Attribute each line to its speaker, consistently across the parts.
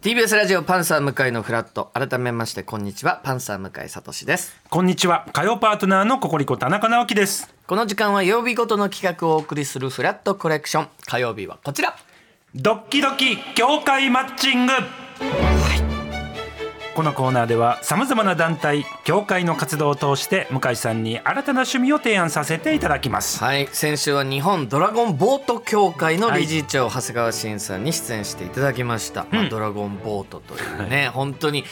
Speaker 1: TBS ラジオパンサー向井のフラット改めましてこんにちはパンサー向井聡です
Speaker 2: こんにちは火曜パートナーのココリコ田中直樹です
Speaker 1: この時間は曜日ごとの企画をお送りするフラットコレクション火曜日はこちら
Speaker 2: ドッキドキ業界マッチング、このコーナーではさまざまな団体業界の活動を通して向井さんに新たな趣味を提案させていただきます
Speaker 1: はい先週は日本ドラゴンボート協会の理事長、長谷川慎さんに出演していただきました、まあ、ドラゴンボートというね、本当に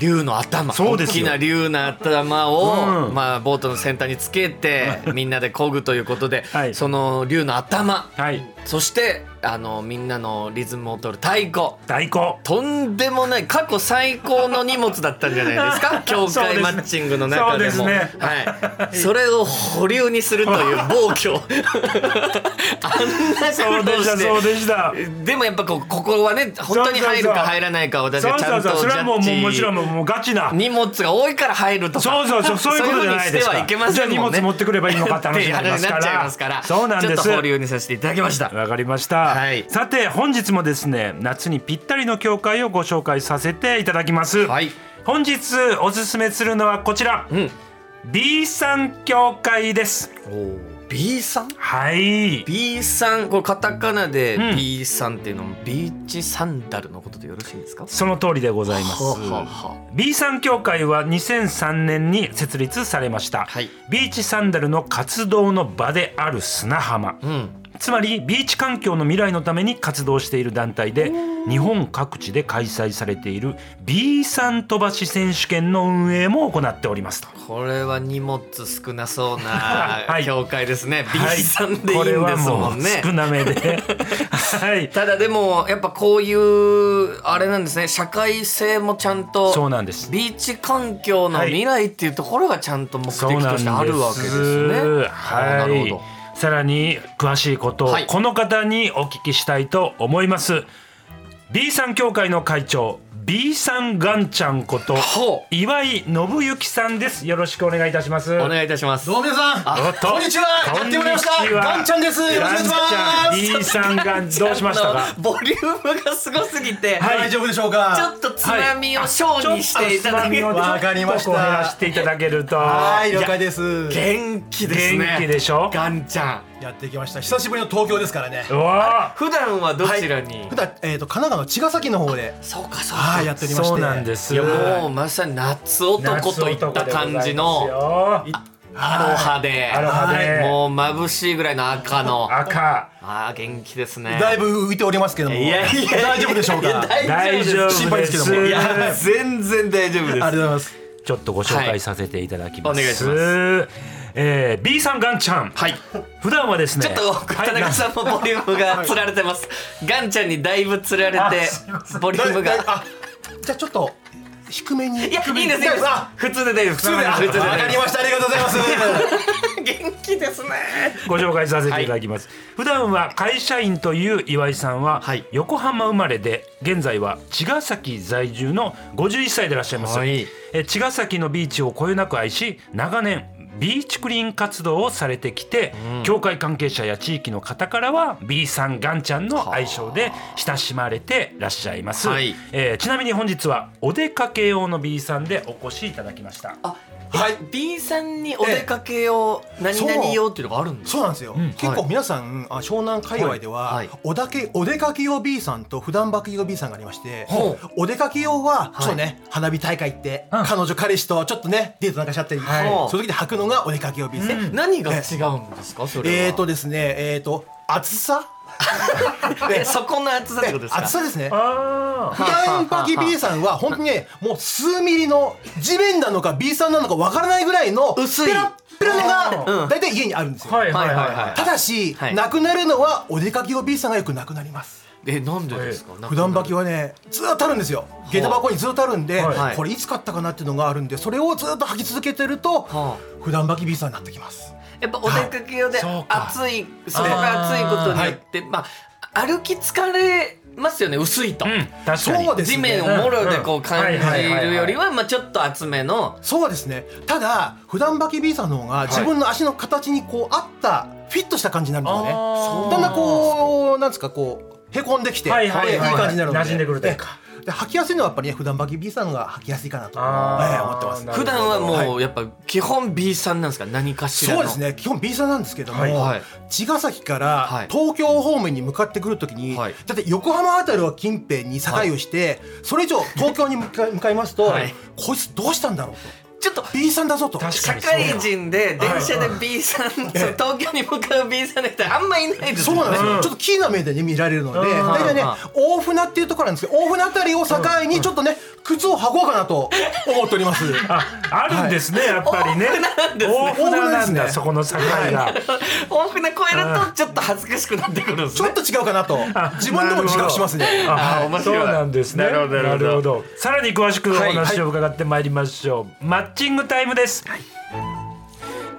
Speaker 1: 竜の頭
Speaker 2: そう
Speaker 1: 大
Speaker 2: です
Speaker 1: き
Speaker 2: よ
Speaker 1: な竜の頭を、
Speaker 2: うん
Speaker 1: まあ、ボートの先端につけてみんなで漕ぐということで、
Speaker 2: はい
Speaker 1: その竜の頭、
Speaker 2: はい
Speaker 1: そしてあのみんなのリズムを取る太鼓
Speaker 2: 大行
Speaker 1: とんでもない過去最高の荷物だったんじゃないです か教
Speaker 2: そう
Speaker 1: 会
Speaker 2: ですね
Speaker 1: マッチングの中でも
Speaker 2: そうですね
Speaker 1: はい、それを保留にすると いう暴挙 あんな
Speaker 2: そう
Speaker 1: 苦
Speaker 2: で
Speaker 1: 労
Speaker 2: したそう
Speaker 1: して
Speaker 2: でした
Speaker 1: でもやっぱこうここはね本当に入るか入らないかを私
Speaker 2: そ
Speaker 1: は
Speaker 2: う
Speaker 1: ちゃ
Speaker 2: そ
Speaker 1: ん
Speaker 2: う
Speaker 1: と
Speaker 2: そうそ
Speaker 1: ジ
Speaker 2: れ
Speaker 1: ャ
Speaker 2: はもうもうも
Speaker 1: ッ
Speaker 2: ちろん
Speaker 1: ジ
Speaker 2: もうもうガチな
Speaker 1: 荷物が多いから入るとか
Speaker 2: そうそうそうそういうことじゃないですか
Speaker 1: そういうふうにしてはいけませんもんね
Speaker 2: じゃあ荷物持ってくればいいのかって話になりますから
Speaker 1: っていう話になっちゃいますから
Speaker 2: そうなんです
Speaker 1: ちょっと保留にさせていただきました
Speaker 2: わかりました、
Speaker 1: はい
Speaker 2: さて本日もですね夏にぴったりの教会をご紹介させていただきます、
Speaker 1: はい
Speaker 2: 本日おすすめするのはこちら、
Speaker 1: ん
Speaker 2: B さん教会です
Speaker 1: おー B さん
Speaker 2: はい
Speaker 1: B さんこれカタカナで
Speaker 2: うん
Speaker 1: B さんっていうのもビーチサンダルのことでよろしいんですか、
Speaker 2: その通りでございます
Speaker 1: はあはあは
Speaker 2: B さん教会は2003年に設立されました、
Speaker 1: はい
Speaker 2: ビーチサンダルの活動の場である砂浜、
Speaker 1: うん、
Speaker 2: つまりビーチ環境の未来のために活動している団体で日本各地で開催されている B さん飛ばし選手権の運営も行っておりますと。
Speaker 1: これは荷物少なそう
Speaker 2: は
Speaker 1: ない教会ですね、
Speaker 2: はい
Speaker 1: B さんでいいんですもん
Speaker 2: これはもう少
Speaker 1: ね
Speaker 2: な めで。はい。
Speaker 1: ただでもやっぱこういうあれなんですね社会性もちゃんと
Speaker 2: そうなんです。
Speaker 1: ビーチ環境の
Speaker 2: はい
Speaker 1: 未来っていうところがちゃんと目的
Speaker 2: そうなん
Speaker 1: と
Speaker 2: で
Speaker 1: して
Speaker 2: す。
Speaker 1: あるわけですね。あーな
Speaker 2: は
Speaker 1: るほど
Speaker 2: い。さらに詳しいことを
Speaker 1: はい
Speaker 2: この方にお聞きしたいと思います。B さん協会の会長 B さんガンちゃんこと
Speaker 1: ほう
Speaker 2: 岩井信之さんです。よろしくお願いいたします。
Speaker 1: お願いいたします
Speaker 3: どうも皆さん、
Speaker 2: おっと
Speaker 3: こんにちは、やってまいりまし
Speaker 2: こんにち
Speaker 3: た、
Speaker 2: は
Speaker 3: ガンちゃんです、よろしくお願いし
Speaker 2: ガ
Speaker 3: ま
Speaker 2: ン
Speaker 3: す。
Speaker 2: ちゃん B さんが どうしましたか
Speaker 1: あ。のボリュームがすごすぎて、
Speaker 2: はい
Speaker 3: 大丈夫でしょう
Speaker 1: ちょ
Speaker 3: か
Speaker 1: っ。とつまみを小にしていただけ
Speaker 2: ちょっとつまみを
Speaker 3: わかりました
Speaker 2: ちょっとこう減らしていただけると。
Speaker 3: はい、了解です。
Speaker 1: 元気ですね
Speaker 2: 元気でしょ
Speaker 1: ガンちゃん
Speaker 3: やってきました。久しぶりの東京ですからね。
Speaker 2: うわ
Speaker 1: 普段はどちらに、
Speaker 3: 普段えっと神奈川の茅ヶ崎の方で、
Speaker 1: そうかそうか、
Speaker 3: はい、
Speaker 1: い
Speaker 3: やっておりまして。
Speaker 2: そうなんです。
Speaker 1: いやもうまさに夏男といった感じの
Speaker 2: の
Speaker 1: アロハで
Speaker 2: アロハで
Speaker 1: もう眩しいぐらいの赤のあ
Speaker 2: 赤
Speaker 1: あー元気ですね
Speaker 3: だいぶ浮いておりますけども、
Speaker 1: いやいや
Speaker 3: 大丈夫でしょう
Speaker 1: いや
Speaker 3: か。
Speaker 2: 大
Speaker 1: で
Speaker 2: 丈夫ですす。
Speaker 3: 心配ですけども
Speaker 1: いや全然大丈夫で
Speaker 3: ありがとう
Speaker 1: す
Speaker 3: ございます。
Speaker 2: ちょっとご紹介させていただきます。
Speaker 1: はいお願いし
Speaker 2: ます。えー、B さんガンちゃん
Speaker 1: はい
Speaker 2: 普段はですね
Speaker 1: ちょっと田中
Speaker 2: ん
Speaker 1: さんもボリュームがつられてますガンちゃんにだいぶつられ
Speaker 2: あ
Speaker 1: て
Speaker 2: すいま
Speaker 1: ボリューム
Speaker 3: だい
Speaker 1: が
Speaker 3: だいあ、じゃあちょっと低めに。
Speaker 1: いや、いいです、いいで
Speaker 3: よ
Speaker 1: す。普通で大丈夫、普通で
Speaker 3: わ
Speaker 1: 普通で
Speaker 3: かりました。ありがとうございます。
Speaker 1: 元気ですね。
Speaker 2: ご紹介させていただきます、普段は会社員という岩井さんは
Speaker 1: はい
Speaker 2: 横浜生まれで現在は茅ヶ崎在住の51歳でいらっしゃいます、
Speaker 1: はい
Speaker 2: え茅ヶ崎のビーチをこよなく愛し長年ビーチクリーン活動をされてきて、教会関係者や地域の方からは B さんガンちゃんの愛称で親しまれてらっしゃいます、
Speaker 1: はい
Speaker 2: えーちなみに本日はお出かけ用の B さんでお越しいただきました
Speaker 1: あ、は
Speaker 3: はいい、
Speaker 1: B さんにお出かけを何々用っていうのがあるんです
Speaker 3: そうなんですよ、結構皆さんあ湘南界隈では、
Speaker 1: はいはい
Speaker 3: おだけお出かけ用 B さんと普段ばき用 B さんがありまして
Speaker 1: ほ
Speaker 3: お出かけ用は、
Speaker 1: はい
Speaker 3: そうね花火大会行って、
Speaker 2: うん
Speaker 3: 彼女彼氏とちょっとねデートなんかしちゃったり、
Speaker 1: はい
Speaker 3: そういう時で履くのがお出かけ用 B さん、
Speaker 2: うん
Speaker 1: 何が違うんですか、それは。
Speaker 3: えーとですねえーと厚さ
Speaker 1: え、そこの厚さってことですか。
Speaker 3: 厚さですね
Speaker 2: あ
Speaker 3: 普段ばき B さんは本当にねもう数ミリの地面なのか B さんなのかわからないぐらいの
Speaker 1: 薄い
Speaker 3: ペラッペラの
Speaker 1: う
Speaker 3: が
Speaker 1: ん
Speaker 3: 大体家にあるんですよ、
Speaker 2: ーはいはいはい
Speaker 1: はいはいはい
Speaker 2: は
Speaker 3: ただし、
Speaker 1: はい
Speaker 3: なくなるのはお出かけ用 B さんがよくなくなります
Speaker 1: え、なんでですか。
Speaker 3: 普段履き
Speaker 1: は。
Speaker 3: はねずーっとあるんですよ下駄箱にずーっとあるんで、
Speaker 2: はい
Speaker 3: これいつ買ったかなっていうのがあるんでそれをずーっと履き続けてると、
Speaker 1: は
Speaker 3: 普段履きビーサーになってきます
Speaker 1: やっぱお出かけ用で
Speaker 2: はいそうか
Speaker 1: 暑い、そこが暑いことによって、まあ歩き疲れますよね、薄いと。
Speaker 2: いうん確かに
Speaker 3: そうです
Speaker 1: 地
Speaker 3: ね
Speaker 1: 面をもろでこう感じ
Speaker 2: うんうんはいはいはいは
Speaker 1: る
Speaker 2: い
Speaker 1: よりは、まあちょっと厚めの。
Speaker 3: そうですねただ普段履きビーサーの方が自分の足の形にこう合ったフィットした感じになるんですよね、
Speaker 2: あー
Speaker 3: だんだんこうなんですかこうへこんできて、
Speaker 2: はいはい
Speaker 3: ええ
Speaker 2: はい
Speaker 3: い感じになるので
Speaker 2: 馴染んでくるというか
Speaker 3: ええで履きやすいのはやっぱりね普段履き B さんが履きやすいかなと、え
Speaker 2: あー
Speaker 3: え思ってます
Speaker 2: なるほど
Speaker 1: 普段はもうやっぱ基本 B さんなんですか何かしら
Speaker 3: そ
Speaker 1: の
Speaker 3: うですね基本 B さんなんですけども、
Speaker 2: はい
Speaker 1: はい
Speaker 3: 茅ヶ崎か
Speaker 1: は
Speaker 3: ら
Speaker 1: い
Speaker 3: 東京方面に向かってくるときに、
Speaker 1: はい
Speaker 3: だって横浜辺りは近辺に境をして、それ以上東京に向か向かいますと、
Speaker 1: はい
Speaker 3: こいつどうしたんだろうと
Speaker 1: ちょっと
Speaker 3: B さんだぞと。
Speaker 2: 確か
Speaker 1: 社
Speaker 2: に
Speaker 1: 会人で電車で B さん、東京に向かう B さんの人あんまいないです
Speaker 3: そうなんですよ、
Speaker 2: うん
Speaker 3: ちょっとキーな目でね見られるので、
Speaker 2: うん
Speaker 3: 大体ね、
Speaker 1: うん
Speaker 3: 大船っていうところなんですけど大船あたりを境にちょっとね、靴を履こうかなと思っており ます
Speaker 2: ああるんですね、やっぱりね大
Speaker 3: 大船
Speaker 2: 船な
Speaker 3: です
Speaker 2: んだ、
Speaker 3: ね
Speaker 2: そこの境が
Speaker 1: 大船越えるとちょっと恥ずかしくなってくるんです
Speaker 3: ちょ
Speaker 1: ね
Speaker 3: っと違うかなと
Speaker 2: あ
Speaker 3: 自分でも自覚しますね
Speaker 2: なるほど
Speaker 1: あ
Speaker 2: あ
Speaker 1: 面
Speaker 2: そ
Speaker 1: 白いう
Speaker 2: なんですね
Speaker 1: なるほどなるほど
Speaker 2: さらに詳しくお
Speaker 1: はい
Speaker 2: 話を伺ってまいりましょう、マッチングタイムです、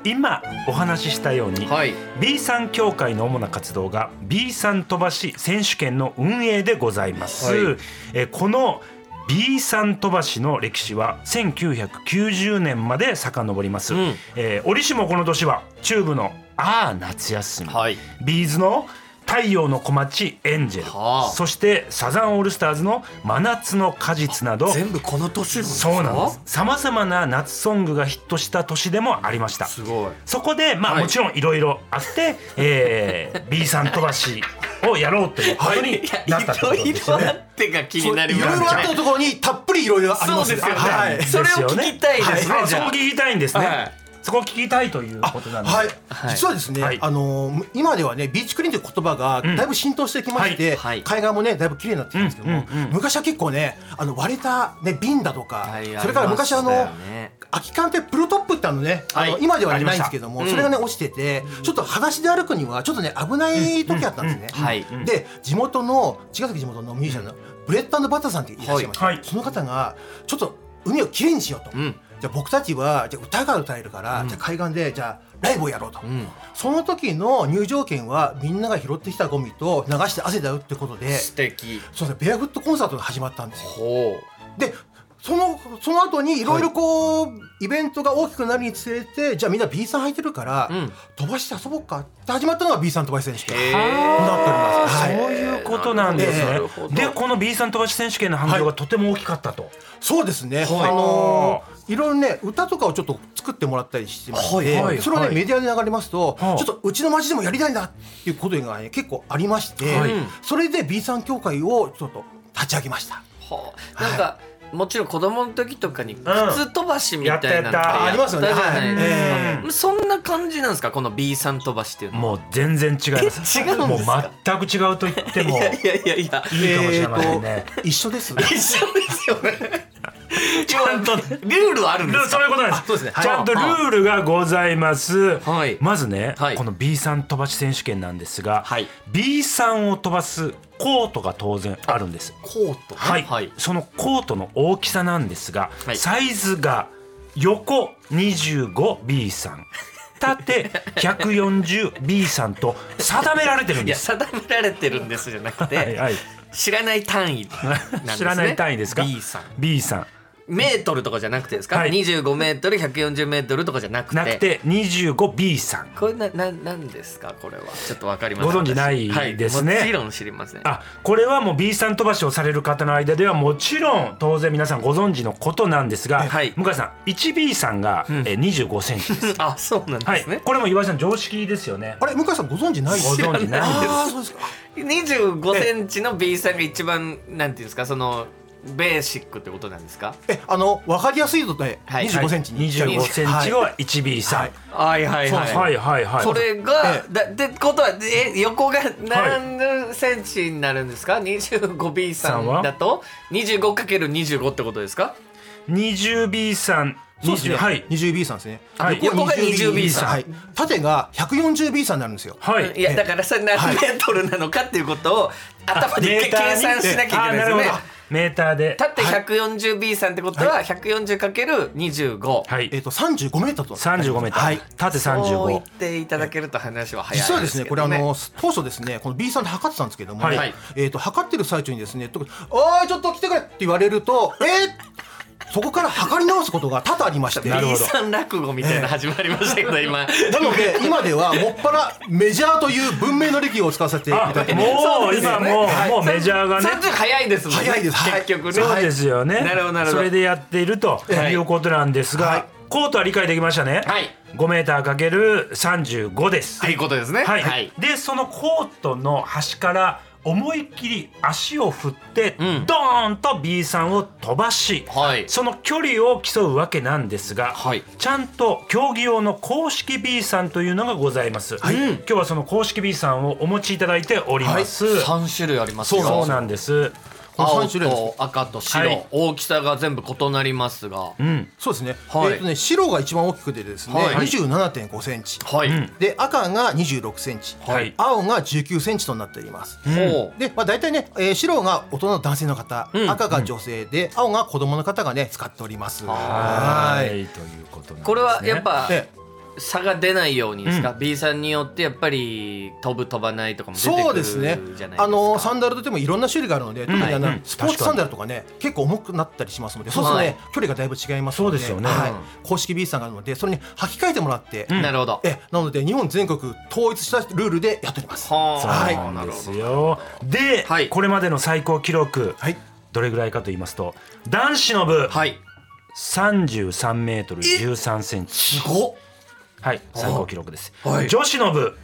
Speaker 2: 今お話ししたように、
Speaker 1: はい
Speaker 2: B さん協会の主な活動が B さん飛ばし選手権の運営でございます、
Speaker 1: はい
Speaker 2: えーこの B さん飛ばしの歴史は1990年まで遡ります、
Speaker 1: うん
Speaker 2: えー折しもこの年はチューブの「ああ夏休み」
Speaker 1: はい
Speaker 2: ビーズの太陽の小町エンジェル、
Speaker 1: はあ
Speaker 2: そしてサザンオールスターズの真夏の果実など
Speaker 1: 全部この年なんですか
Speaker 2: そうなんですさまざまな夏ソングがヒットした年でもありました
Speaker 1: すごい
Speaker 2: そこでまあ
Speaker 1: はい
Speaker 2: もちろんいろいろあって、え ー B さん飛ばしをやろうということに
Speaker 1: い
Speaker 2: なったってこ
Speaker 1: ろ
Speaker 2: と
Speaker 1: い
Speaker 2: です
Speaker 1: ろ
Speaker 2: よ
Speaker 1: あ
Speaker 2: ね。
Speaker 1: ってが気
Speaker 3: いろ
Speaker 1: に
Speaker 3: いろ
Speaker 1: な
Speaker 3: あっ
Speaker 1: ります
Speaker 3: た
Speaker 1: ね
Speaker 3: ところにたっぷりいろいろあり
Speaker 1: そ
Speaker 3: ま
Speaker 1: う
Speaker 3: す
Speaker 1: ですよね、
Speaker 3: はい
Speaker 2: です
Speaker 1: そ
Speaker 2: よ
Speaker 1: れ
Speaker 2: ね
Speaker 1: を聞きたいですね、
Speaker 2: はい、
Speaker 1: じ
Speaker 2: そ
Speaker 1: ゃ
Speaker 2: こを
Speaker 1: あ
Speaker 2: 聞きたいんですね、
Speaker 1: はい
Speaker 2: そこを聞きたいということなんです、
Speaker 3: はい
Speaker 1: はい
Speaker 3: 実はですね、
Speaker 2: はい
Speaker 3: あのー今ではねビーチクリーンという言葉がだいぶ浸透してきまして、
Speaker 1: はいはい
Speaker 3: 海岸もねだいぶ綺麗になってきたんですけども、
Speaker 2: うんうんうん
Speaker 3: 昔は結構ねあの割れた、ね、瓶だとか、
Speaker 1: はい
Speaker 3: それから昔あの
Speaker 1: りましたよね
Speaker 3: 空き缶ってプロトップってあのね、
Speaker 1: はい
Speaker 3: あの今では
Speaker 2: ありま
Speaker 3: ねな
Speaker 2: し
Speaker 3: いん
Speaker 2: た
Speaker 3: ですけども、それがね落ちててちょっと裸足で歩くにはちょっとね危ない時あったんですね、
Speaker 1: うんうんはいうん
Speaker 3: で地元の茅ヶ崎地元のミュージシャンのブレッドバターさんっていらっしゃいました、
Speaker 2: はいはい
Speaker 3: その方がちょっと海をきれいにしようと、
Speaker 1: うん
Speaker 3: じゃあ僕たちはじゃあ歌が歌えるから、じゃあ海岸でじゃあライブをやろうと、
Speaker 1: ん
Speaker 3: その時の入場券はみんなが拾ってきたゴミと流して汗だよってことで
Speaker 1: 素敵
Speaker 3: そうですねベアフットコンサートが始まったんですよ
Speaker 1: ほう
Speaker 3: でそのその後にいろいろこう、イベントが大きくなるにつれてじゃあみんな B さん履いてるから、
Speaker 1: うん
Speaker 3: 飛ばして遊ぼうかって始まったのが B さん飛ばし選手権
Speaker 1: へ
Speaker 3: なって
Speaker 1: ー
Speaker 3: おります、はい、
Speaker 2: そういうことなんです
Speaker 1: な
Speaker 2: ね
Speaker 1: るほど。
Speaker 2: で、この B さん飛ばし選手権の反響がとても大きかったと。
Speaker 3: そうですね、
Speaker 1: はい
Speaker 3: あのーいろいろね歌とかをちょっと作ってもらったりしてまして、
Speaker 2: はいはい
Speaker 3: それをね、
Speaker 2: はい
Speaker 3: メディアで流れますと、
Speaker 2: はい
Speaker 3: ちょっとうちの町でもやりたいんだっていうことが、ね、結構ありまして、
Speaker 2: はい
Speaker 3: それで B さん協会をちょっと立ち上げました。
Speaker 1: はあ、なんか、もちろん子供の時とかに靴飛ばしみたいなの
Speaker 2: や
Speaker 1: っ
Speaker 2: ってたやった
Speaker 1: や
Speaker 3: ありますよね
Speaker 1: ったじゃないですか
Speaker 3: はい
Speaker 2: ええ
Speaker 1: そんな感じなんですかこの B さん飛ばしっていうのは
Speaker 2: もう全然違います。
Speaker 1: え違うんですか
Speaker 2: もう全く違うと言っ て
Speaker 1: い
Speaker 2: もいい
Speaker 1: やいやいやいや
Speaker 2: かもしれませんね。
Speaker 3: えーと一緒です。
Speaker 1: 一緒ですよねち
Speaker 2: ゃんとね
Speaker 1: ルールはあるんで
Speaker 2: ル
Speaker 1: す
Speaker 2: そう
Speaker 1: か
Speaker 2: いうことなんです
Speaker 3: あそうですねはい
Speaker 2: ちゃんとルールがございます、
Speaker 1: はい
Speaker 2: まずね、
Speaker 1: はい
Speaker 2: この B さん飛ばし選手権なんですが、
Speaker 1: はい
Speaker 2: B さんを飛ばすコートが当然あるんです
Speaker 3: コート
Speaker 2: はい、
Speaker 1: はい
Speaker 2: そのコートの大きさなんですが、
Speaker 1: はい
Speaker 2: サイズが横 25B さん縦 140B さんと定められてるん
Speaker 1: い
Speaker 2: で
Speaker 1: や
Speaker 2: す。
Speaker 1: 定められてるんですじゃなくて、
Speaker 2: はいはい、
Speaker 1: 知らない単位なんです、ね、
Speaker 2: 知らない単位ですか
Speaker 1: B さん
Speaker 2: B さん
Speaker 1: メートルとかじゃなくてですか、
Speaker 2: はい
Speaker 1: 25メートル140メートルとかじゃなくて
Speaker 2: なくて 25B さん
Speaker 1: これなななんですかこれはちょっとわかりません
Speaker 2: ご存知ない
Speaker 1: 私
Speaker 2: ですね
Speaker 1: はい、もちろん知りません
Speaker 2: あこれはもう B さん飛ばしをされる方の間ではもちろん当然皆さんご存知のことなんですが、
Speaker 1: はい
Speaker 2: 向井さん 1B さんが、えー25センチです、
Speaker 1: あ そうなん
Speaker 2: は
Speaker 1: で
Speaker 2: い
Speaker 1: すね、
Speaker 2: これも岩井さん常識ですよね
Speaker 3: あれ向井さんご存知ない
Speaker 2: ご存知ないんです
Speaker 3: あーそうですか。
Speaker 1: 25センチの B さんが一番なんていうんですかそのベーシックってことなんですか
Speaker 3: え、あの、わかりやすいので、
Speaker 1: はい
Speaker 3: 二十五センチに。
Speaker 2: 25センチ
Speaker 3: はい
Speaker 2: が 1B さん、
Speaker 3: はい
Speaker 1: はいはい
Speaker 2: はい、はいはいはい
Speaker 1: それが、
Speaker 3: ええ
Speaker 1: だってことはえ横が何センチになるんですか 25B さ
Speaker 2: さんは
Speaker 1: んだと 25×25 ってことですか
Speaker 2: 20B さん
Speaker 3: そうですね。
Speaker 2: 20はい
Speaker 3: 二十 B さんですね。
Speaker 2: はい
Speaker 1: 横が 20B
Speaker 2: さん
Speaker 3: はい。縦が百四十 B さんになるんですよ。
Speaker 2: はい
Speaker 1: いやだからそれ何メートルなのかっていうことを頭で一回計算しなきゃいけないですよ
Speaker 2: あなる
Speaker 1: ね
Speaker 2: ほど。メーターで
Speaker 1: 縦 140B さんってことは 140×25
Speaker 2: はい
Speaker 3: えっと三十五メートルと。
Speaker 2: 35メーター、
Speaker 3: はい。
Speaker 2: 縦
Speaker 1: そう言
Speaker 2: 35
Speaker 1: っていただけると話は早い
Speaker 3: 実はですね、これあ
Speaker 1: ですけど
Speaker 3: の当初ですね、この B さんで測ってたんですけども、
Speaker 2: はい
Speaker 1: はい
Speaker 3: えっと測ってる最中にですね、特におーいちょっと来てくれって言われると、えーそこから測り直すことが多々ありまして
Speaker 2: なるほど
Speaker 1: B さん落語みたいな始まりましたけど今
Speaker 3: なので今ではもっぱらメジャーという文明の歴を使わせてい
Speaker 2: あ
Speaker 3: た だいて
Speaker 2: もう今もう、もうメジャーがね
Speaker 1: それって早いですもんね
Speaker 3: 早いですはい
Speaker 1: 結局ね
Speaker 2: そうですよね、
Speaker 1: なるほどなるほど
Speaker 2: それでやっていると
Speaker 1: はい
Speaker 2: いうことなんですが、
Speaker 3: はい
Speaker 2: コートは理解できましたね、
Speaker 1: はい
Speaker 2: 5メーターかける35です
Speaker 1: ということですね
Speaker 2: はい、でそのコートの端から思いっきり足を振って、
Speaker 1: うん
Speaker 2: ドーンと B さんを飛ばし、
Speaker 1: はい
Speaker 2: その距離を競うわけなんですが、
Speaker 1: はい
Speaker 2: ちゃんと競技用の公式 B さんというのがございます、
Speaker 1: うん
Speaker 2: 今日はその公式 B さんをお持ちいただいております、
Speaker 1: 三種類あります
Speaker 2: そう
Speaker 1: よ
Speaker 2: なんです
Speaker 3: この
Speaker 1: 青
Speaker 3: 三種類です
Speaker 1: と赤と白、
Speaker 2: はい
Speaker 1: 大きさが全部異なりますが
Speaker 2: うん
Speaker 3: そうですね,、
Speaker 1: はい
Speaker 3: えーとね白が一番大きくてですね、
Speaker 1: はい
Speaker 3: 27.5センチ
Speaker 1: はい、
Speaker 2: うん
Speaker 3: で赤が26センチ、
Speaker 2: はい
Speaker 3: 青が19センチとなっております、
Speaker 1: ほう
Speaker 3: で、まあ、大体ね、えー白が大人の男性の方、
Speaker 1: うん
Speaker 3: 赤が女性で、青が子供の方がね使っております
Speaker 1: は
Speaker 3: は
Speaker 2: はいということなんです、ね、
Speaker 1: これはやっぱ
Speaker 3: で
Speaker 1: 差が出ないようにですか、
Speaker 2: う
Speaker 1: B さんによってやっぱり飛ぶ飛ばないとかも出てくる
Speaker 3: そうですね
Speaker 1: じゃないですか
Speaker 3: あのサンダルといってもいろんな種類があるので特にあの、
Speaker 2: はいうん
Speaker 3: スポーツサンダルとかね結構重くなったりしますのでそうするとね、
Speaker 1: はい
Speaker 3: 距離がだいぶ違いますの
Speaker 2: そ
Speaker 3: で
Speaker 2: うですよね
Speaker 3: はい
Speaker 1: うん
Speaker 3: 公式 B さんがあるのでそれに履き替えてもらって、
Speaker 2: うん
Speaker 1: なるほど
Speaker 3: えなので日本全国統一したルールでやっております。
Speaker 1: は
Speaker 2: そう
Speaker 1: あ
Speaker 2: なんですよ、で、
Speaker 1: はい
Speaker 2: これまでの最高記録
Speaker 3: はい
Speaker 2: どれぐらいかと言いますと男子の部
Speaker 1: はい
Speaker 2: 33メートル13センチ
Speaker 1: すごっ
Speaker 2: はい最高記録です、
Speaker 1: はい
Speaker 2: 女子の部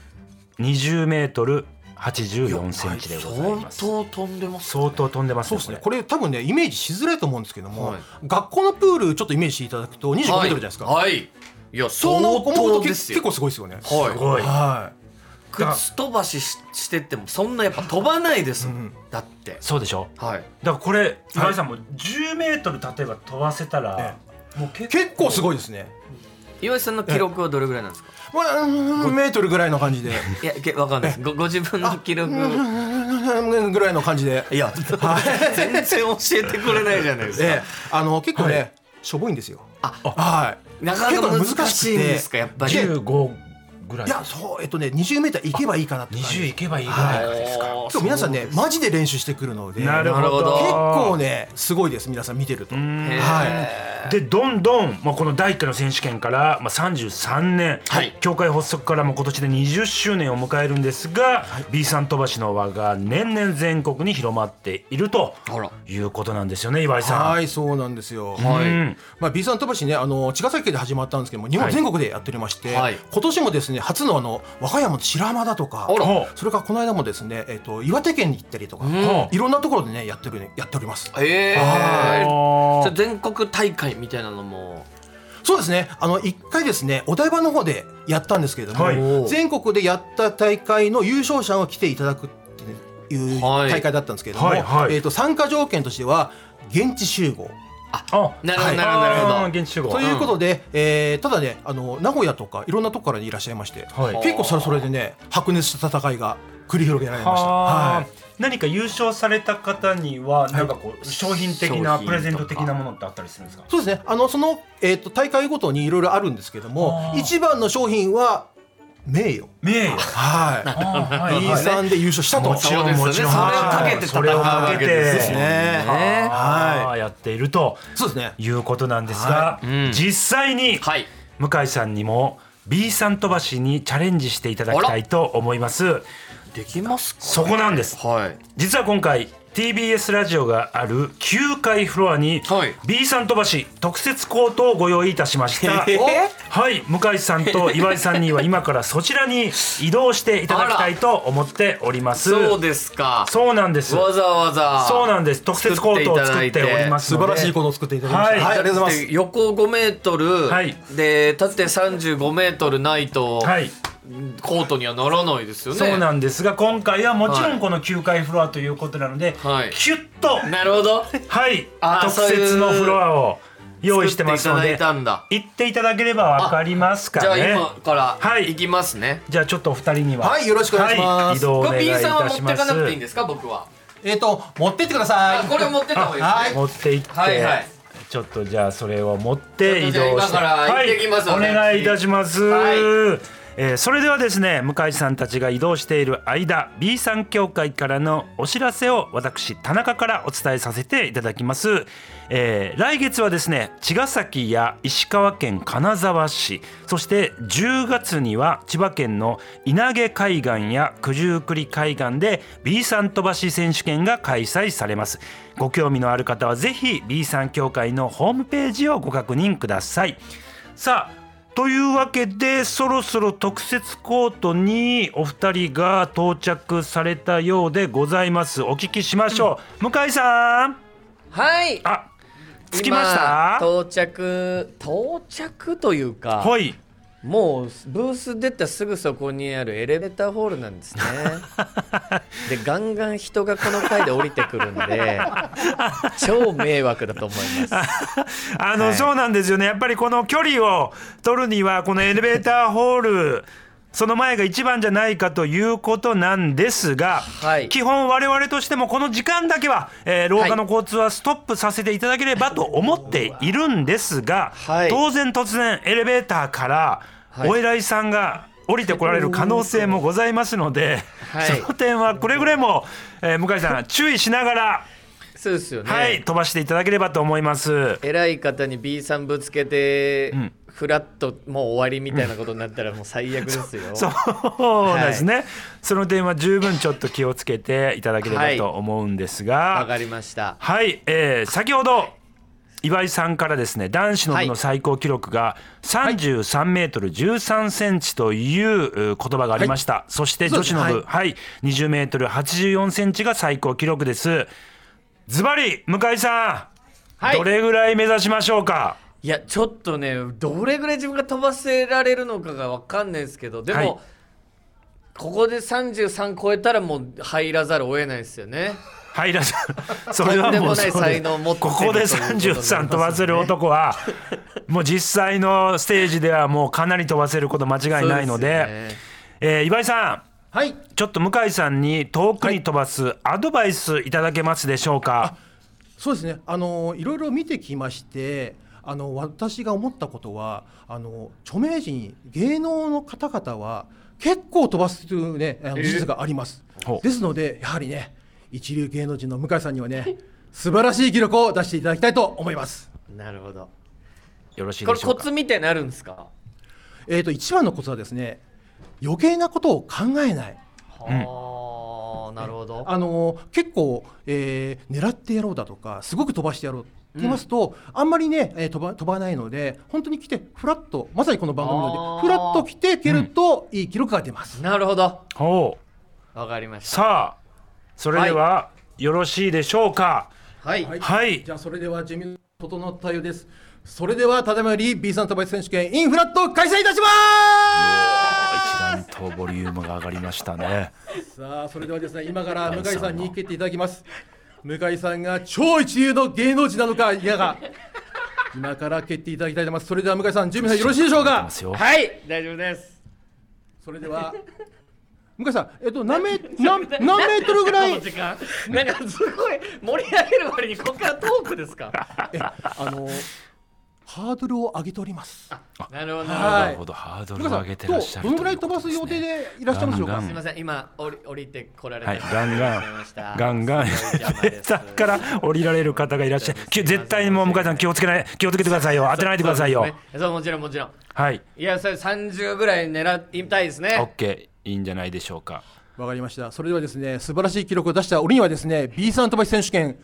Speaker 2: 20メートル84センチでござい
Speaker 1: 相
Speaker 2: ます
Speaker 1: 当飛んでます
Speaker 2: 相当飛んでます
Speaker 3: そう
Speaker 2: ね
Speaker 3: ですね
Speaker 2: こ
Speaker 3: これ多分ねイメージしづらいと思うんですけども、
Speaker 1: はい
Speaker 3: 学校のプールちょっとイメージしていただくと25メートルじゃないですか、
Speaker 1: はい、はい、いや相
Speaker 3: そう思う
Speaker 1: 当
Speaker 3: とけ
Speaker 1: です
Speaker 3: 結
Speaker 1: よ
Speaker 3: 構すごいですよね
Speaker 2: れすごい
Speaker 3: はい
Speaker 1: 靴飛ばしししてってもそんなやっぱ飛ばないですもん、
Speaker 3: うん
Speaker 1: だって
Speaker 2: そうでしょ
Speaker 1: はい
Speaker 2: だからこれ岩井さんも10メートル例えば飛ばせたら
Speaker 3: え
Speaker 2: もう結
Speaker 3: 結構すごいですね
Speaker 1: 岩井さんの記録はどれぐらいなんですか
Speaker 3: まあうーんメートルぐらいの感じで
Speaker 1: いやけわかんないですごご自分の記録
Speaker 3: うーんぐらいの感じで
Speaker 1: いや全然教えてくれないじゃないですか、
Speaker 3: ええあの結構ね、
Speaker 2: はい
Speaker 3: しょぼいんですよ
Speaker 1: あ
Speaker 3: はい
Speaker 1: なかなか難しいんですかやっぱり
Speaker 3: 結構難
Speaker 2: 15
Speaker 3: しくて
Speaker 2: ぐらい
Speaker 3: いやそうえっとね20メーター行けばいいかなって感じ
Speaker 2: 20いけばいいぐ
Speaker 1: は
Speaker 2: らい
Speaker 1: い
Speaker 2: ですか
Speaker 3: 今日皆さんねマジで練習してくるので
Speaker 2: なる
Speaker 1: ほど
Speaker 2: ほど
Speaker 3: 結構ねすごいです皆さん見てると
Speaker 2: うん
Speaker 1: へー
Speaker 3: は
Speaker 2: でどんどん、まあ、この第1回の選手権から、まあ、33年、
Speaker 1: はい
Speaker 2: 協会発足からも今年で20周年を迎えるんですが、B さん飛ばしの輪が年々全国に広まっていると
Speaker 1: あら
Speaker 2: いうことなんですよね岩井さん。
Speaker 3: はいそうなんですよ
Speaker 1: は
Speaker 2: う
Speaker 1: い
Speaker 2: ん
Speaker 3: まあ、B さん飛ばしねあの茅ヶ崎で始まったんですけども日
Speaker 2: は
Speaker 3: 本
Speaker 2: い
Speaker 3: 全国でやっておりまして、
Speaker 1: はい
Speaker 3: 今年もですね初のあの和歌山の白浜だとか
Speaker 1: あら
Speaker 2: ほ
Speaker 3: それからこの間もですね、えっと岩手県に行ったりとか、
Speaker 1: うん
Speaker 2: うほう
Speaker 3: いろんなところでねやってるねやっております
Speaker 1: え
Speaker 2: あ
Speaker 1: え
Speaker 2: ー
Speaker 1: じゃあ全国大会みたいなのも
Speaker 3: そうですねあの一回ですねお台場の方でやったんですけれども、
Speaker 2: はい
Speaker 3: 全国でやった大会の優勝者を来ていただくっていう
Speaker 1: はい
Speaker 3: 大会だったんですけれども、
Speaker 2: はいはい
Speaker 3: えっと参加条件としては現地集合
Speaker 2: あ
Speaker 1: なるほ
Speaker 3: は
Speaker 1: ど
Speaker 3: い
Speaker 1: なるほどなるほど、
Speaker 2: あー現地集合
Speaker 3: ということで、えーただねあの名古屋とかいろんなとこからいらっしゃいまして、
Speaker 2: はい
Speaker 3: 結構それそれでね白熱した戦いが繰り広げられました。
Speaker 2: は
Speaker 3: は
Speaker 2: ー何か優勝された方にはなんかこう商品的
Speaker 1: 商
Speaker 2: な
Speaker 1: 品とか
Speaker 2: プレゼント的なものってあったりするんですか
Speaker 3: い、そうですねあのその、えー、と大会ごとにいろいろあるんですけども
Speaker 2: あー
Speaker 3: 一番の商品は名誉。
Speaker 2: 名誉
Speaker 3: はい
Speaker 2: あーはい
Speaker 3: B さんで優勝したと。
Speaker 2: もちろんもちろん
Speaker 1: それをかけて戦うわけです
Speaker 3: そ
Speaker 1: よ
Speaker 3: れをかけて
Speaker 1: ね
Speaker 2: あーやっていると
Speaker 3: そうですね。
Speaker 2: いうことなんですが、
Speaker 1: いうん
Speaker 2: 実際に
Speaker 1: はい
Speaker 2: 向井さんにも B さん飛ばしにチャレンジしていただきたいと思います
Speaker 1: できますか
Speaker 2: そこなんです
Speaker 1: はい
Speaker 2: 実は今回 TBS ラジオがある9階フロアに
Speaker 1: はい
Speaker 2: B さん飛ばし特設コートをご用意いたしました
Speaker 1: え
Speaker 2: はい向井さんと岩井さんには今からそちらに移動していただきたいと思っております
Speaker 1: そうですか
Speaker 2: そうなんです
Speaker 1: わざわざ
Speaker 2: そうなんです特設コートを作っております
Speaker 3: 素
Speaker 2: ので
Speaker 3: 晴らしいことを作っていただきました。
Speaker 2: はい
Speaker 3: はい、ありがとうございます。
Speaker 1: 横5メートル、
Speaker 2: はい
Speaker 1: で縦35メートルないと、
Speaker 2: はい
Speaker 1: コートにはならないですよね
Speaker 2: そうなんですが今回はもちろ
Speaker 1: は
Speaker 2: ん
Speaker 1: い
Speaker 2: この9階フロアということなので、
Speaker 1: はい
Speaker 2: キュッと
Speaker 1: なるほど
Speaker 2: はい
Speaker 1: あー
Speaker 2: 特設のフロアを用意してますの
Speaker 1: 作ってい
Speaker 2: で
Speaker 1: ただいたんだ
Speaker 2: 行っていただければわかりますか
Speaker 1: じゃあ
Speaker 2: ね
Speaker 1: 今から
Speaker 2: はい
Speaker 1: 行きますね、
Speaker 2: じゃあちょっとお二人には
Speaker 3: はいよろしくお願いします
Speaker 2: は移動お
Speaker 1: こ
Speaker 2: 願
Speaker 1: れ
Speaker 2: いい
Speaker 1: B
Speaker 2: たし
Speaker 1: さんは持
Speaker 2: ます
Speaker 1: ってかなくていいんですか僕は
Speaker 3: えっ、と持ってってくださ
Speaker 1: あ
Speaker 3: い。
Speaker 1: これ持ってった方がいいですね
Speaker 2: 持って行って、
Speaker 1: はいはい
Speaker 2: ちょっとじゃあそれを持って移動して
Speaker 1: ちょっとじゃあ今から行ってきますの
Speaker 2: はい、
Speaker 1: で
Speaker 2: お願いいたします、
Speaker 1: は
Speaker 2: えーそれではですね向井さんたちが移動している間 B さん協会からのお知らせを私田中からお伝えさせていただきます、えー来月はですね茅ヶ崎や石川県金沢市そして10月には千葉県の稲毛海岸や九十九里海岸で B さん飛ばし選手権が開催されますご興味のある方はぜひ B さん協会のホームページをご確認くださいさあというわけでそろそろ特設コートにお二人が到着されたようでございますお聞きしましょう、向井さん
Speaker 1: はい
Speaker 2: あ着きました
Speaker 1: 今到着到着というか
Speaker 2: はい
Speaker 1: もうブース出たすぐそこにあるエレベーターホールなん ですねでガンガン人がこの階で降りてくるん で超迷惑だと思います
Speaker 2: あの、
Speaker 1: はい
Speaker 2: そうなんですよねやっぱりこの距離を取るにはこのエレベーターホールその前が一番じゃないかということなんですが、
Speaker 1: はい
Speaker 2: 基本我々としてもこの時間だけは、えー廊下の交通はストップさせていただければと思っているんですが、
Speaker 1: はい
Speaker 2: 当然突然エレベーターから
Speaker 1: はい
Speaker 2: お偉いさんが降りてこられる可能性もございますので、
Speaker 1: はい
Speaker 2: その点はくれぐれも、えー向井さん注意しながら、
Speaker 1: そうですよね、
Speaker 2: はい、飛ばしていただければと思います。
Speaker 1: 偉い方に B さんぶつけて、
Speaker 2: ん
Speaker 1: フラッともう終わりみたいなことになったらもう最悪ですよ
Speaker 2: そうなんですね、その点は十分ちょっと気をつけていただけれ
Speaker 1: は
Speaker 2: ば
Speaker 1: い
Speaker 2: と思うんです
Speaker 1: わ
Speaker 2: がは
Speaker 1: か
Speaker 2: い、
Speaker 1: りました
Speaker 2: えー先ほど岩井さんからですね男子の部の最高記録が33メートル13センチというう言葉がありました、そして女子の部、
Speaker 3: そう
Speaker 2: はい20メートル84センチが最高記録ですズバリ向井さん、
Speaker 1: はい
Speaker 2: どれぐらい目指しましょうか
Speaker 1: いやちょっとねどれぐらい自分が飛ばせられるのかがわかんないですけどでも、
Speaker 2: はい
Speaker 1: ここで33超えたらもう入らざるを得ないですよね
Speaker 2: 入らず、 それ
Speaker 1: とん
Speaker 2: はもう
Speaker 1: でもない
Speaker 2: そう
Speaker 1: 才能を持ってる
Speaker 2: ここで
Speaker 1: ということになりますね
Speaker 2: 33飛ばせる男は、 もう実際のステージではもうかなり飛ばせること間違いない
Speaker 1: そ
Speaker 2: ので、
Speaker 1: うですよね
Speaker 2: えー岩井さ
Speaker 3: はい
Speaker 2: ん、ちょっと向井さんに遠くに飛ばすアドバイスいただけますでしょうか。
Speaker 3: そうですね。あのいろいろ見てきまして、あの私が思ったことは、あの著名人芸能の方々は結構飛ばすというね、あの事実があります
Speaker 2: ほ。う
Speaker 3: ですのでやはりね、一流芸能人の向井さんにはね、素晴らしい記録を出していただきたいと思います。
Speaker 1: なるほど
Speaker 2: よろしい
Speaker 1: こ
Speaker 2: で
Speaker 1: れ
Speaker 2: しょ
Speaker 1: コ
Speaker 2: うか
Speaker 1: ツ。みたいなのあるんですか、
Speaker 3: えっ、と一番のコツはですね、余計なことを考えない。
Speaker 1: はあなるほど
Speaker 3: あの結構、えー狙ってやろうだとかすごく飛ばしてやろうって言いますと、あんまりね、えー飛ば飛ばないので本当に来てフラッとまさにこの番組
Speaker 1: あ
Speaker 3: の
Speaker 1: ー
Speaker 3: でフラッと来て蹴ると、いい記録が出ます。
Speaker 1: なるほど
Speaker 2: ほう
Speaker 1: わかりました
Speaker 2: さあ、それでは、よろしいでしょうか。
Speaker 1: はい、
Speaker 2: はい
Speaker 3: じゃあそれでは準備整ったようです。それではただいまより B さん飛ばし選手権 in フラット開催いたします
Speaker 2: 一段とボリュームが上がりましたね。
Speaker 3: さあそれではですね今から向井さんに蹴っていただきます向井さんが超一流の芸能人なのかいや が今から蹴っていただきたいと思いますそれでは向井さん準備さんよろしいでしょう
Speaker 2: い
Speaker 3: か
Speaker 2: ますよ
Speaker 1: はい、大丈夫です
Speaker 3: それでは向井さんえっと何メ何何メートルぐらい
Speaker 1: なんでこの時間なんかすごい盛り上げる割にここからトークです か
Speaker 3: えあのハードルを上げております
Speaker 1: なるほどなるほど
Speaker 3: はい
Speaker 2: なるほど、ハードル
Speaker 3: 向
Speaker 2: を
Speaker 3: 井さ
Speaker 2: 上
Speaker 3: ん
Speaker 2: げて
Speaker 3: ど
Speaker 2: ら
Speaker 3: う
Speaker 2: っしゃる
Speaker 3: どのぐらい飛ばす
Speaker 2: とう
Speaker 3: 予
Speaker 2: ことで
Speaker 3: 定
Speaker 2: すね
Speaker 3: でいらっしゃいますでしょう
Speaker 2: ガ
Speaker 3: か
Speaker 2: ン
Speaker 1: すみません、今降り降りてこられた
Speaker 2: はい、
Speaker 1: 方
Speaker 2: ガンガ
Speaker 1: い
Speaker 2: ン
Speaker 1: らっしゃいました、
Speaker 2: ガンガン、エ
Speaker 1: すごい邪魔
Speaker 2: レ
Speaker 1: で
Speaker 2: ベー
Speaker 1: す
Speaker 2: ターから降りられる方がいらっしゃる。き絶対にもう向井さん気をつけない、気をつけてくださいよ。当てないでくださいよ
Speaker 1: そう。ですねそうもちろんもちろん。
Speaker 2: はい、
Speaker 1: いや、それ三十ぐらい狙いたいです
Speaker 2: オッ
Speaker 1: ね。
Speaker 2: ケー、いいんじゃないでしょうか。
Speaker 3: わかりました。それではですね、素晴らしい記録を出した折にはですね、B さん飛ばし選手権、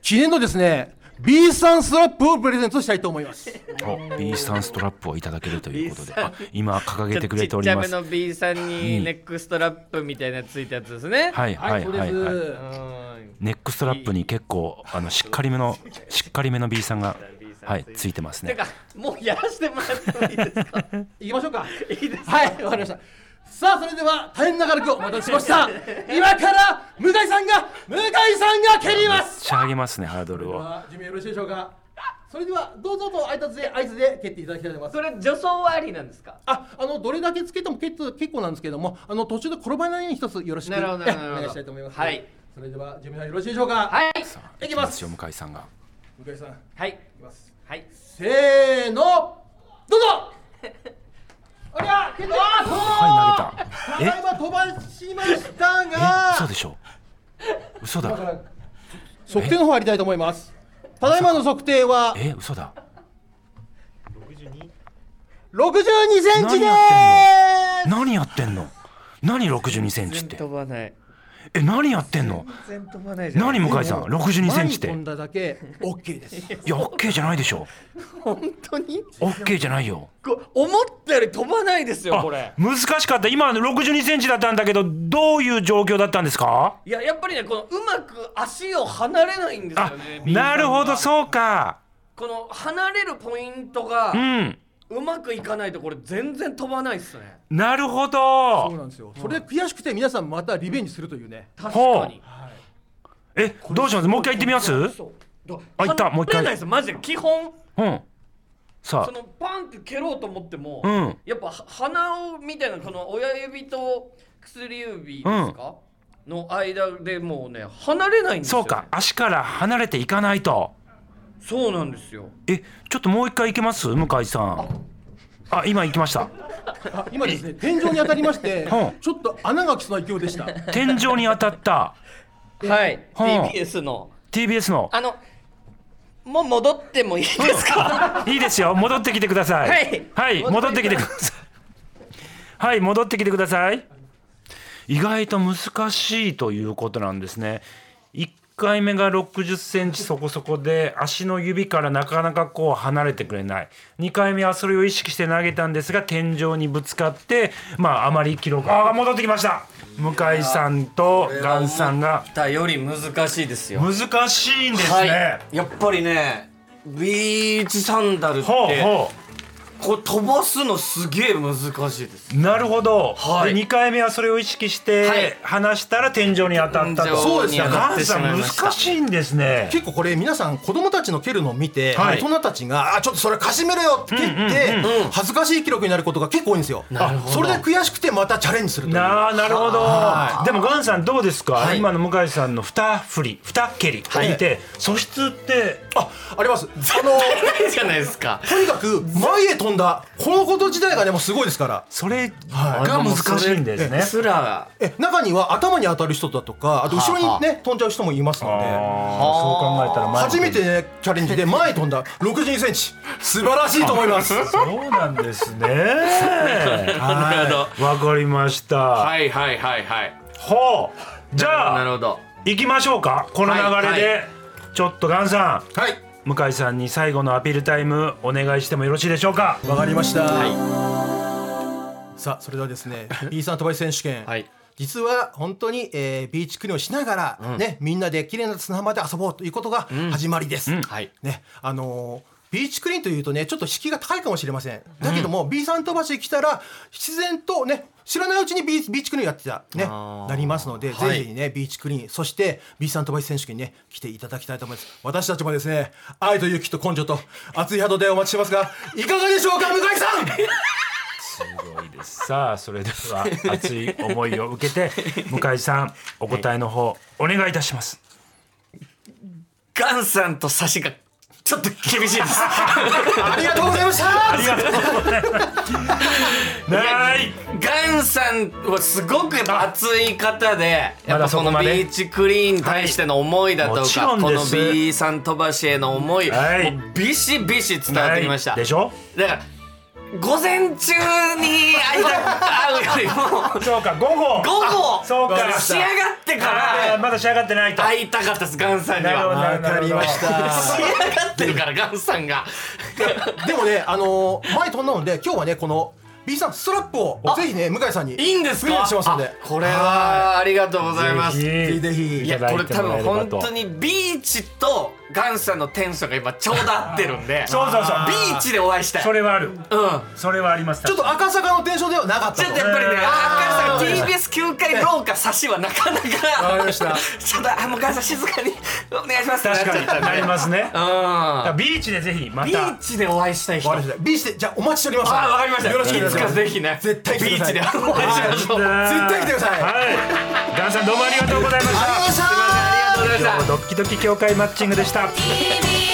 Speaker 3: 記念のですね、B さんスラップをプレゼントしたいと思います。
Speaker 2: お、B スタンストラップをいただけるということで、
Speaker 1: B さん
Speaker 2: あ今掲げてくれてお
Speaker 1: ちっち
Speaker 2: り
Speaker 1: ゃ
Speaker 2: ま
Speaker 1: め
Speaker 2: す。
Speaker 1: の B さんにネックストラップみたいなやつついたやつですね。
Speaker 2: はい、
Speaker 3: は、
Speaker 2: はいい、
Speaker 3: そうで
Speaker 2: はい、
Speaker 3: す。
Speaker 2: はい。
Speaker 1: うん。
Speaker 2: ネックストラップに結構、あの、しっかりめの、しっかりめの B さんが、はい、ついてます
Speaker 1: て
Speaker 2: ね。
Speaker 1: か、もうやらせてもらってもいいですか
Speaker 3: 行きましょうか。
Speaker 1: いいですか
Speaker 3: はい、わかりました。さあ、それでは大変長らくお待たせしました。今から向井さんが、向井さんが蹴ります。
Speaker 2: 仕上げますね、ハードルを。
Speaker 3: 準備よろしいでしょうか。それでは、どうぞと挨拶で、合図で蹴っていただきたいと思います
Speaker 1: そ。れ、助走はありなんですか
Speaker 3: あ、あの、どれだけつけても結結構なんですけれども、あの、途中で転ばないように一つよろしく
Speaker 1: なるほどなるほど
Speaker 3: えお願いしたいと思います。
Speaker 1: はい。
Speaker 3: それでは、準備はよろしいでしょうか。
Speaker 1: はい。
Speaker 3: いきます
Speaker 2: よ、向井さんが。
Speaker 3: 向井さん、い
Speaker 1: はい。
Speaker 3: きます。
Speaker 1: はい。
Speaker 3: せーの、どうぞ。おりゃ、
Speaker 2: はい投
Speaker 3: た
Speaker 2: げ
Speaker 3: だ
Speaker 2: た
Speaker 3: いま飛ばしました
Speaker 2: ええ
Speaker 3: が
Speaker 2: 嘘でしょ嘘
Speaker 3: だか
Speaker 2: だ
Speaker 3: ら測定の方やりたいと思いますただいまの測定は
Speaker 2: え嘘だ
Speaker 3: 62センチでーす
Speaker 2: 何やってんの何62センチっ
Speaker 1: 全然
Speaker 2: て
Speaker 1: 飛ばない
Speaker 2: え何やってんの
Speaker 1: 全然飛ばないじゃん
Speaker 2: 何向井さん62センチって
Speaker 3: 前に飛んだだけ OK です
Speaker 2: いや OK じゃないでしょ
Speaker 1: 本当に
Speaker 2: OK じゃないよ
Speaker 1: こ思ったより飛ばないですよこれ
Speaker 2: あ難しかった今62センチだったんだけどどういう状況だったんですか
Speaker 1: いややっぱりねこのうまく足を離れないんです
Speaker 2: あ
Speaker 1: よね
Speaker 2: なるほど
Speaker 1: う
Speaker 2: そうか
Speaker 1: この離れるポイントが
Speaker 2: うん
Speaker 1: うまくいかないとこれ全然飛ばないっすね
Speaker 2: なるほ
Speaker 3: そうな
Speaker 2: ど
Speaker 3: んですよそれで悔しくて皆さんまたリベンジするというね
Speaker 1: 確かに
Speaker 2: えどうしますもう一回行ってみますう
Speaker 1: そうだ
Speaker 2: あ行ったもう一回
Speaker 1: 離れないですマジで基本
Speaker 2: んさ
Speaker 1: そのパンって蹴ろうと思っても、
Speaker 2: あうん
Speaker 1: やっぱは鼻をみたいなこの親指と薬指ですか、の間でもうね離れないんですよ、ね、
Speaker 2: そうか足から離れていかないと
Speaker 1: そうなんですよ
Speaker 2: えちょっともう一回行けます向井さんあ今行きました
Speaker 3: あ今ですね天井に当たり まして
Speaker 2: うん
Speaker 3: ちょっと穴が来そうな勢いでした
Speaker 2: 天井に当たった
Speaker 1: はい
Speaker 2: はあ
Speaker 1: TBS の
Speaker 2: TBS の
Speaker 1: あのもう戻ってもいいですか
Speaker 2: いいですよ戻ってきてください
Speaker 1: はい
Speaker 2: 戻ってきてくださいはい戻ってきてください意外と難しいということなんですね1回目が6 0ンチそこそこで足の指からなかなかこう離れてくれない2回目はそれを意識して投げたんですが天井にぶつかってまああまり記録ああ戻ってきました向井さんとガンさんが
Speaker 1: だより難しいですよ
Speaker 2: 難しいんですね、
Speaker 1: はい、やっぱりねビーチサンダルって
Speaker 2: ほうほう
Speaker 1: こう飛ばすのすげえ難しいです
Speaker 2: なるほど、
Speaker 1: はい
Speaker 2: で2回目はそれを意識し
Speaker 1: はい
Speaker 2: て離したら天井に当たったと、
Speaker 1: 天井に
Speaker 3: そうですね
Speaker 2: いやガ
Speaker 1: 当たっ
Speaker 2: ンさん
Speaker 1: てしまいました
Speaker 2: 難しいんですね
Speaker 3: 結構これ皆さん子供たちの蹴るのを見て、
Speaker 2: はい
Speaker 3: 大人たちが「あちょっとそれかしめろよ」って蹴って、
Speaker 1: うんうん
Speaker 3: 恥ずかしい記録になることが結構多いんですよ
Speaker 1: なるほど
Speaker 3: それで悔しくてまたチャレンジするという
Speaker 2: なあなるほ
Speaker 3: は
Speaker 2: どでもガンさんどうですか、
Speaker 1: はい
Speaker 2: 今の向井さんの2振り2蹴りを見て、素質って
Speaker 3: あありますあの
Speaker 1: ないじゃないですか
Speaker 3: とにかく前へ飛んだこのこと自体がでもすごいですから
Speaker 2: それ
Speaker 3: はい
Speaker 2: が難しいんですね、
Speaker 1: すら
Speaker 3: え中には頭に当たる人だとかあと後ろにね飛んじゃう人もいますの
Speaker 2: あー
Speaker 3: で
Speaker 2: そう考えたら前の
Speaker 3: 初めてねチャレンジで前へ飛んだ6 2センチ素晴らしいと思います
Speaker 2: そうなんですね
Speaker 1: なるほど
Speaker 2: わかりました、
Speaker 1: はいはいはいはい
Speaker 2: ほうじゃあ
Speaker 1: なるほど
Speaker 2: 行きましょうかこの流れで、
Speaker 1: はい
Speaker 2: ちょっとガンさ
Speaker 3: はい
Speaker 2: ん向井さんに最後のアピールタイムお願いしてもよろしいでしょうか
Speaker 3: わかりました、
Speaker 1: は
Speaker 3: さあそれではで すね B さん飛ばし選手権、
Speaker 1: はい
Speaker 3: 実は本当に、えービーチクリーンをしながら、ねみんなで綺麗な砂浜で遊ぼうということが始まりです、
Speaker 1: はい
Speaker 3: ねあのービーチクリーンというとねちょっと敷居が高いかもしれませんだけども、B さん飛ばし来たら必然とね知らないうちにビービーチクリーンやってたね
Speaker 1: あー
Speaker 3: なりますので、
Speaker 1: はい
Speaker 3: ぜひねビーチクリーンそして B さん飛ばし選手権にね来ていただきたいと思います私たちもですね愛と勇気と根性と熱い波動でお待ちしてますがいかがでしょうか向井さん
Speaker 2: さ あそれでは 熱い思いを受けて向井さんお答えの方お願いいたします
Speaker 1: ガンさんと差しがちょっと厳しいです
Speaker 3: ありがとうございました
Speaker 2: はい
Speaker 1: ガンさんはすごく熱い方でや
Speaker 2: ま
Speaker 1: っぱ
Speaker 2: だ
Speaker 1: そ
Speaker 2: そこ
Speaker 1: の
Speaker 2: ま
Speaker 1: ビ
Speaker 2: で
Speaker 1: ーチクリーンに対しての思いだと
Speaker 2: はいもち
Speaker 1: か、
Speaker 2: ろん
Speaker 1: こ
Speaker 2: で
Speaker 1: の
Speaker 2: す
Speaker 1: B さん飛ばしへの思い、
Speaker 2: はい
Speaker 1: もうビシビシ伝わってきました、
Speaker 2: でしょ
Speaker 1: だから午前中に会いた会うより も
Speaker 2: そうか午後
Speaker 1: 午後
Speaker 2: そうか
Speaker 1: 仕上がってか
Speaker 2: あー
Speaker 1: ら
Speaker 2: まだ仕上がってないと
Speaker 1: 会いたかったですガンさんに
Speaker 2: なるほど
Speaker 1: は
Speaker 2: なるほど
Speaker 3: わかりました
Speaker 1: 仕上がってるからガンさんが
Speaker 3: でもね、あのー前飛んだので、今日はね、この B さんストラップをぜひね、向井さんに
Speaker 1: いいんです
Speaker 3: プレゼ
Speaker 1: か
Speaker 3: ントしますので
Speaker 1: あ、これはありがとうございます
Speaker 2: ぜ
Speaker 3: ぜひぜひ
Speaker 1: い
Speaker 2: ひ
Speaker 1: やこれ多分本当
Speaker 2: に
Speaker 1: にビーチとガンさんのテンションが今ちょうど合ってるんで
Speaker 2: そうそうそう
Speaker 1: ビーチでお会いしたい
Speaker 2: それはある
Speaker 1: うん
Speaker 2: それはあります
Speaker 3: ちょっと赤坂のテンションではなかった
Speaker 1: ちょっとや
Speaker 3: わ
Speaker 1: っぱりね、
Speaker 3: あー
Speaker 1: あー赤井さん、TBS 球界廊下差しはなかなか、
Speaker 3: かりました。
Speaker 1: ちょっと、あもうガンさん、静かにお願いします。
Speaker 2: 確かになりますすね
Speaker 1: う
Speaker 2: だから
Speaker 1: ん
Speaker 2: ビーチでぜひま
Speaker 1: ビ
Speaker 2: た
Speaker 1: ーチでお会いしたい人。
Speaker 3: かりました。B して、じゃあお待ちしております。
Speaker 1: あー、わかりました。
Speaker 3: よろしくお願い
Speaker 1: つ
Speaker 3: し
Speaker 1: か
Speaker 3: ます。絶
Speaker 1: ぜひね、
Speaker 3: 絶対来て
Speaker 1: ビ
Speaker 3: く
Speaker 1: ー
Speaker 3: ださ
Speaker 1: チ
Speaker 3: い
Speaker 1: でお会いしましょう。あ
Speaker 3: 対来てください。ありがとう
Speaker 2: はいガンさんどうもありがとうございまし
Speaker 3: ございました
Speaker 1: りがとうございました
Speaker 2: た今日。もドッキドキ協会マッチングでした
Speaker 4: TBS